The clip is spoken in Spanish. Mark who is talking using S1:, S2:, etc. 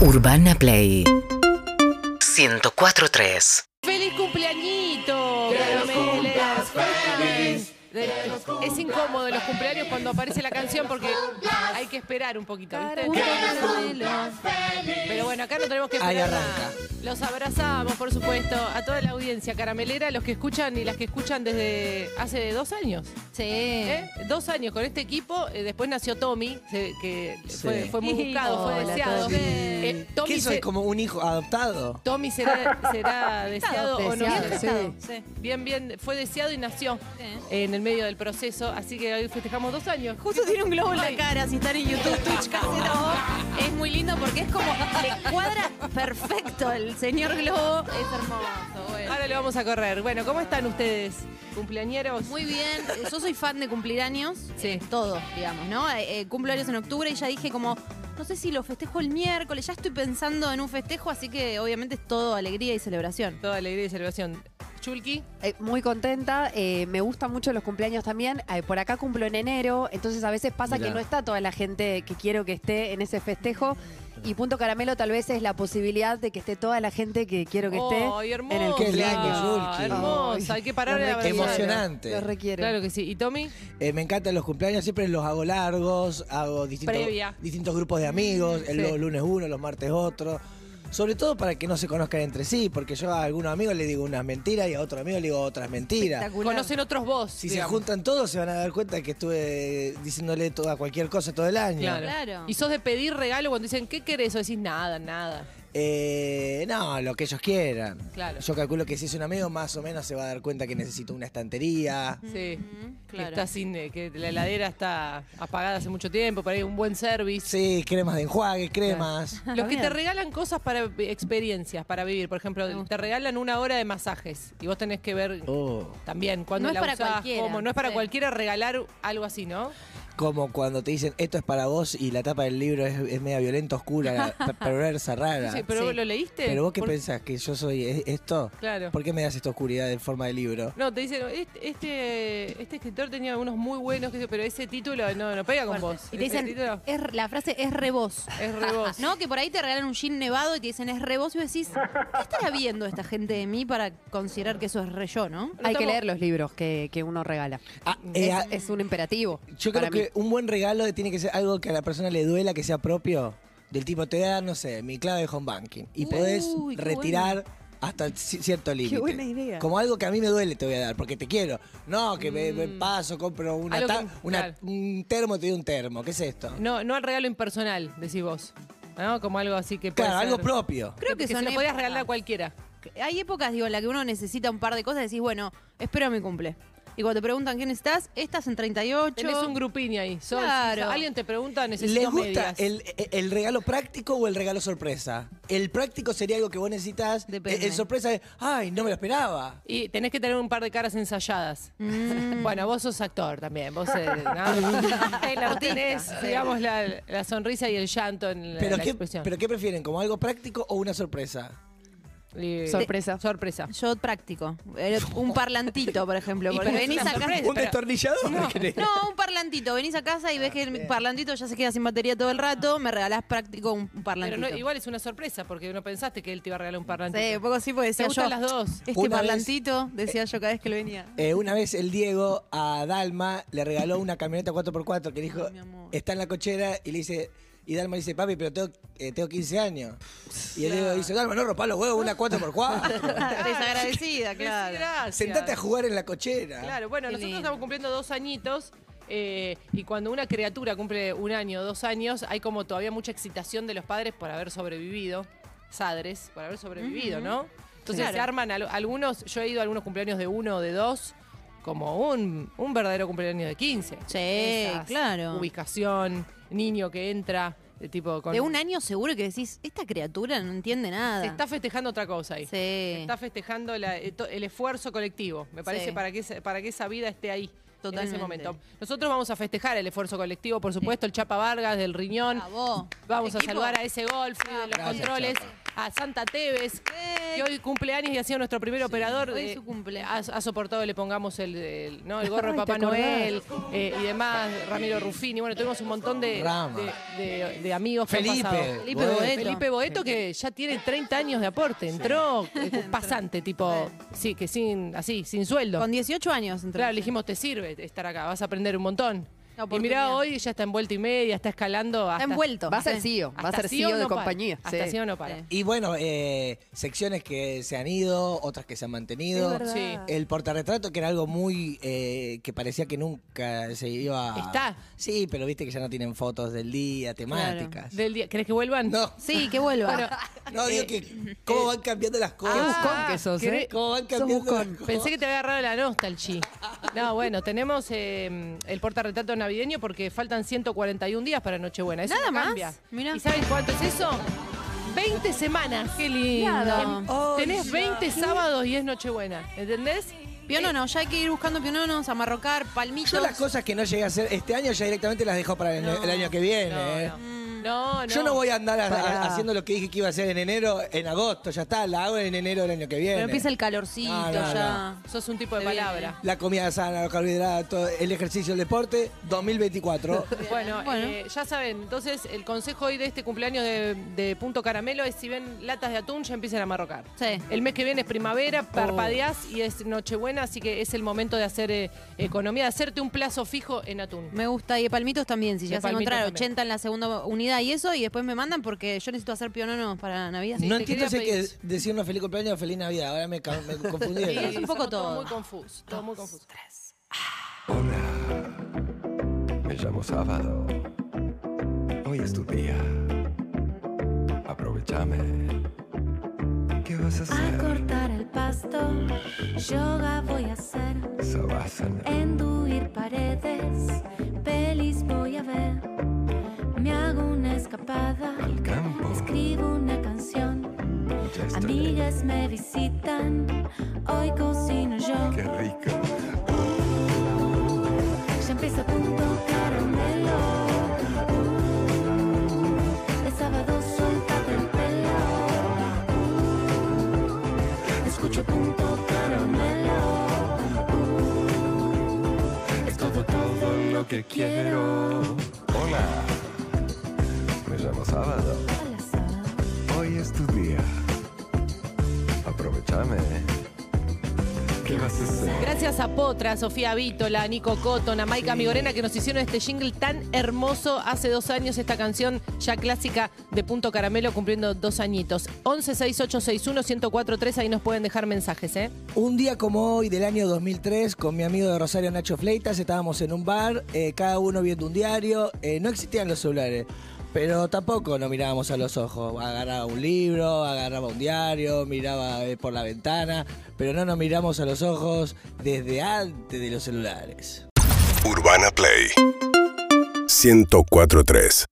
S1: Urbana Play 104.3
S2: ¡Feliz cumpleañito! Es incómodo los cumpleaños cuando aparece la canción porque hay que esperar un poquito, ¿viste? Pero bueno, acá no tenemos que esperar.
S3: Ahí arranca.
S2: nada. Los abrazamos, por supuesto, a toda la audiencia caramelera, los que escuchan y las que escuchan desde hace dos años.
S4: Sí.
S2: ¿eh? Dos años con este equipo. eh, Después nació Tommy, se- que
S3: Sí.
S2: fue, fue muy buscado, fue
S4: Hola,
S2: deseado.
S4: Tommy.
S2: Eh, Tommy
S3: ¿Qué soy,
S2: se-
S3: como un hijo adoptado?
S2: Tommy será, será deseado o no.
S4: deseado,
S2: será.
S4: sí.
S2: Sí. Bien, bien, fue deseado y nació en el medio del proceso, así que hoy festejamos dos años.
S4: Justo tiene un globo en la cara, si están en YouTube, Twitch, caseta Voz. Es muy lindo porque es como, le cuadra perfecto el señor globo. Es hermoso, bueno.
S2: Ahora le vamos a correr. Bueno, ¿cómo están ustedes, cumpleañeros?
S4: Muy bien, yo soy fan de cumplir años.
S2: Sí.
S4: eh, todo, digamos, ¿no? Eh, eh, cumplo años en octubre y ya dije como, no sé si lo festejo el miércoles, ya estoy pensando en un festejo, así que obviamente es todo alegría y celebración.
S2: Toda alegría y celebración. Chulki,
S5: Eh, muy contenta, eh, me gustan mucho los cumpleaños también. Eh, por acá cumplo en enero, entonces a veces pasa
S3: Mirá.
S5: que no está toda la gente que quiero que esté en ese festejo. Y Punto Caramelo tal vez es la posibilidad de que esté toda la gente que quiero que esté.
S2: ¡Ay, hermosa!
S5: en el
S3: cumpleaños, Chulki.
S2: Hermosa, Oh, hay que parar de
S5: Los
S2: abrazar.
S5: requiero.
S3: Emocionante.
S5: Los requiero.
S2: Claro que sí. ¿Y Tommy?
S3: Eh, me encantan los cumpleaños, siempre los hago largos, hago distintos,
S2: Previa.
S3: distintos grupos de amigos, el
S2: Sí.
S3: lunes uno, los martes otro. Sobre todo para que no se conozcan entre sí, porque yo a algunos amigos le digo unas mentiras y a otro amigo le digo otras mentiras.
S2: Conocen otros vos.
S3: Si
S2: digamos.
S3: se juntan todos se van a dar cuenta que estuve diciéndole toda cualquier cosa todo el año.
S2: Claro.
S4: Claro.
S2: Y sos de pedir regalo cuando dicen, ¿qué querés? O decís, nada, nada.
S3: Eh, no, lo que ellos quieran.
S2: Claro.
S3: Yo calculo que si es un amigo más o menos se va a dar cuenta que necesito una estantería.
S2: Sí. Que
S4: claro.
S2: Está sin, eh, que la heladera está apagada hace mucho tiempo, por ahí un buen service.
S3: Sí, cremas de enjuague, cremas.
S2: Los que te regalan cosas para vi- experiencias, para vivir. Por ejemplo, te regalan una hora de masajes y vos tenés que ver
S3: Oh.
S2: también cuándo
S4: No es
S2: la
S4: para
S2: usás,
S4: cualquiera,
S2: cómo. No es para
S4: sí.
S2: cualquiera regalar algo así, ¿no?
S3: Como cuando te dicen esto es para vos y la tapa del libro es, es media violenta, oscura, per- perversa, rara.
S2: Sí, pero
S4: Sí.
S2: vos lo leíste.
S3: Ah, Pero vos qué
S2: Por-
S3: pensás, que yo soy e- esto?
S2: Claro.
S3: ¿Por qué me das esta oscuridad en forma de libro?
S2: No, te dicen, este, este, este escritor tenía unos muy buenos, qué sé yo, pero ese título no, no pega con vos.
S4: Y te
S2: Ese
S4: dicen,
S2: título
S4: es- la frase es rebos.
S2: es re vos.
S4: ¿No? Que por ahí te regalan un jean nevado y te dicen es re vos y vos decís, ¿qué estará viendo esta gente de mí para considerar que eso es re yo, no?
S5: Hay que
S2: estamos-
S5: leer los libros que, que uno regala.
S3: Ah, eh,
S5: es,
S3: ah,
S5: es un imperativo.
S3: yo creo
S5: para mí.
S3: que un buen regalo tiene que ser algo que a la persona le duela, que sea propio. Del tipo, te da, no sé, mi clave de home banking. Y
S4: Uy,
S3: podés
S4: qué
S3: retirar hasta ci- cierto límite.
S5: buena idea.
S3: Como algo que a mí me duele te voy a dar, porque te quiero. No, que me, me paso, compro una,
S2: Algo
S3: ta-
S2: que-
S3: una-
S2: claro.
S3: un termo, te doy un termo. ¿Qué es esto?
S2: No, no al regalo impersonal, decís vos. ¿No? Como algo así que puede
S3: Claro,
S2: ser-
S3: algo propio.
S4: Creo que
S2: se
S4: son
S2: lo podías
S4: épocas.
S2: regalar a cualquiera.
S4: Hay épocas, digo, en las que uno necesita un par de cosas y decís, bueno, espero mi cumple. Y cuando te preguntan quién estás, estás en 38.
S2: Tenés un grupini ahí. sos-
S4: Claro.
S2: Alguien te pregunta, necesito
S3: ¿Les gusta
S2: medias.
S3: el, eh, el regalo práctico o el regalo sorpresa? El práctico sería algo que vos necesitas. Eh,
S4: Depende.
S3: El, el sorpresa es, ay, no me lo esperaba.
S2: Y tenés que tener un par de caras ensayadas.
S4: Mm.
S2: Bueno, vos sos actor también. Vos eh, ¿no?
S4: Artista.
S2: tenés, digamos, la, la sonrisa y el llanto en la,
S3: Pero,
S2: la
S3: qué,
S2: expresión.
S3: ¿Pero qué prefieren? ¿Como algo práctico o una sorpresa?
S2: Y-
S5: Sorpresa.
S2: Sorpresa.
S4: Yo práctico. Eh, Un parlantito, por ejemplo.
S2: Y
S4: Porque
S2: pero Ah, es
S4: venís
S2: una
S4: a
S2: sorpresa.
S4: casa.
S3: ¿Un destornillador?
S4: No, un parlantito. Venís a casa y ves que el parlantito ya se queda sin batería todo el rato. Me regalás práctico un un
S2: Pero
S4: parlantito.
S2: no- igual es una sorpresa porque no pensaste que él te iba a regalar un parlantito.
S4: Sí, un poco sí, porque
S2: Te
S4: decía yo.
S2: gustan las dos.
S4: Este
S3: Una vez-
S4: parlantito, decía yo cada vez que lo venía.
S3: Eh, una vez el Diego a Dalma le regaló una camioneta 4x4 que le dijo,
S4: Ay, mi amor.
S3: está en la cochera y le dice, y Dalma le dice, papi, pero tengo, eh, tengo 15 años. Y el Diego dice, Dalma, no rompa los huevos, una 4x4.
S4: Desagradecida,
S2: Sí,
S4: claro.
S2: gracias.
S3: Sentate a jugar en la cochera.
S2: Claro, bueno,
S4: Qué
S2: nosotros
S4: lindo.
S2: estamos cumpliendo dos añitos. eh, y cuando una criatura cumple un año, dos años, hay como todavía mucha excitación de los padres por haber sobrevivido, sadres, por haber sobrevivido, ¿no? Entonces
S4: Claro.
S2: se arman al- algunos, yo he ido a algunos cumpleaños de uno o de dos, como un, un verdadero cumpleaños de 15.
S4: Sí,
S2: Esas,
S4: claro.
S2: Ubicación, niño que entra, de tipo con.
S4: De un año seguro que decís, esta criatura no entiende nada.
S2: se está festejando otra cosa ahí. Se
S4: sí.
S2: está festejando la- eh, to- el esfuerzo colectivo. Me parece
S4: Sí.
S2: para, que, esa- para que esa vida esté ahí. En
S4: Totalmente.
S2: ese momento. Nosotros vamos a festejar el esfuerzo colectivo, por supuesto, el Chapa Vargas del Riñón.
S4: Bravo.
S2: Vamos a
S4: Ah, Equipo.
S2: saludar a ese golf y de los
S3: Gracias,
S2: controles.
S3: Chapa.
S2: a Santa Tevez, que hoy cumpleaños y ha sido nuestro primer operador.
S4: hoy es
S2: eh,
S4: su cumple.
S2: Ha, ha soportado, le pongamos el, el- ¿no? el gorro de
S5: Ay, ¿te
S2: Papá
S5: acordás?
S2: Noel eh, y demás, Ramiro Ruffini. Bueno, tuvimos un montón de,
S3: Rama.
S2: de, de- de amigos. que han
S3: Felipe,
S2: pasado.
S4: Felipe Boeto. Boeto.
S2: Felipe Boeto, que ya tiene 30 años de aporte. Entró eh, pasante, tipo, sí, que sin, así, sin sueldo.
S4: Con 18 años entró.
S2: Claro, le dijimos, te sirve estar acá, vas a aprender un montón.
S4: Una
S2: Y mirá,
S4: oportunidad.
S2: hoy ya está en vuelta y media, está escalando. Hasta,
S4: Está envuelto.
S5: Va a ser
S4: Sí.
S5: CEO, va a
S2: hasta
S5: ser
S2: sí o
S5: CEO de
S2: no para.
S5: compañía.
S2: Hasta
S5: sí.
S2: sí o no para.
S4: Sí.
S3: Y bueno, eh, secciones que se han ido, otras que se han mantenido.
S5: verdad.
S2: Sí.
S3: El portarretrato, que era algo muy. eh, que parecía que nunca se iba.
S2: Está.
S3: Sí, pero viste que ya no tienen fotos del día, temáticas.
S2: Del día. ¿Crees que vuelvan?
S3: No,
S4: Sí, que vuelva.
S3: no,
S2: Eh,
S3: digo que. ¿Cómo van cambiando
S2: ah,
S3: las cosas?
S5: buscón que sos,
S2: ¿querés-
S5: eh?
S3: ¿Cómo van
S5: Sos
S3: cambiando las
S5: buscón.
S3: cosas?
S2: Pensé que te había agarrado la nostalgia. No, bueno, tenemos eh, el portarretrato navideño porque faltan 141 días para Nochebuena. Eso
S4: Nada
S2: no
S4: más.
S2: cambia.
S4: Mirá.
S2: ¿Y saben cuánto es eso? 20 semanas. Qué lindo.
S4: Claro.
S5: Em, oh,
S2: Tenés 20 sábados y es Nochebuena. ¿Entendés? eh,
S4: Pionono, ya hay que ir buscando piononos, amarrocar, palmitos.
S3: Yo las cosas que no llegué a hacer este año ya directamente las dejo para el, el año que viene.
S2: No,
S3: eh.
S2: no. No, no.
S3: Yo no voy a andar a- a-
S5: Pará.
S3: haciendo lo que dije que iba a hacer en enero, en agosto, ya está, la hago en enero del año que viene.
S4: Pero empieza el calorcito
S3: No, no,
S4: ya.
S2: Sos un tipo de
S4: Se viene.
S2: palabra.
S3: La comida sana, los carbohidratos, el ejercicio, el deporte, 2024.
S2: Bueno,
S4: Bueno.
S2: eh, ya saben, entonces el consejo hoy de este cumpleaños de, de Punto Caramelo es si ven latas de atún ya empiecen a marrocar.
S4: Sí.
S2: El mes que viene es primavera, parpadeás y es Nochebuena, así que es el momento de hacer eh, economía, de hacerte un plazo fijo en atún.
S4: Me gusta. Y de palmitos también, si
S2: De
S4: ya se
S2: palmitos
S4: encontraron
S2: también.
S4: 80 en la segunda unidad y eso, y después me mandan porque yo necesito hacer piononos para Navidad.
S3: no
S2: te
S3: entiendo si hay
S2: quería
S3: que
S2: pedir-
S3: decirnos feliz cumpleaños o feliz Navidad. Ahora me, ca- me confundí.
S2: Sí,
S4: Es un poco
S2: estamos
S4: todo.
S2: muy confuso, todo muy confuso.
S1: Hola, me llamo Sábado. Hoy es tu día. Aprovechame. ¿Qué vas a
S6: A
S1: hacer?
S6: cortar el pasto, yoga voy a hacer,
S1: Sabasana.
S6: enduir paredes, pelis voy a ver, me hago una escapada,
S1: Al campo.
S6: escribo una canción,
S1: Ya estoy
S6: amigas me visitan, hoy cocino yo,
S1: Qué rico.
S6: ya empieza punto caramelo, el sábado suéltate el pelo, Uh, escucho punto caramelo. Uh,
S1: Es todo, todo lo que quiero. Hola, me llamo Sábado.
S6: Hola, Sara.
S1: Hoy es tu día. Aprovechame. ¿Qué vas a hacer?
S2: Gracias a Potra, Sofía Vítola, Nico Cotton, a Maika Migorena que nos hicieron este jingle tan hermoso hace dos años, esta canción ya clásica de Punto Caramelo cumpliendo dos añitos. 116861-1043, ahí nos pueden dejar mensajes, ¿eh?
S3: Un día como hoy del año 2003, con mi amigo de Rosario Nacho Fleitas, estábamos en un bar, eh, cada uno viendo un diario. eh, no existían los celulares, pero tampoco nos mirábamos a los ojos. Agarraba un libro, agarraba un diario, miraba eh, por la ventana, pero no nos miramos a los ojos desde antes de los celulares.
S7: Urbana Play 1043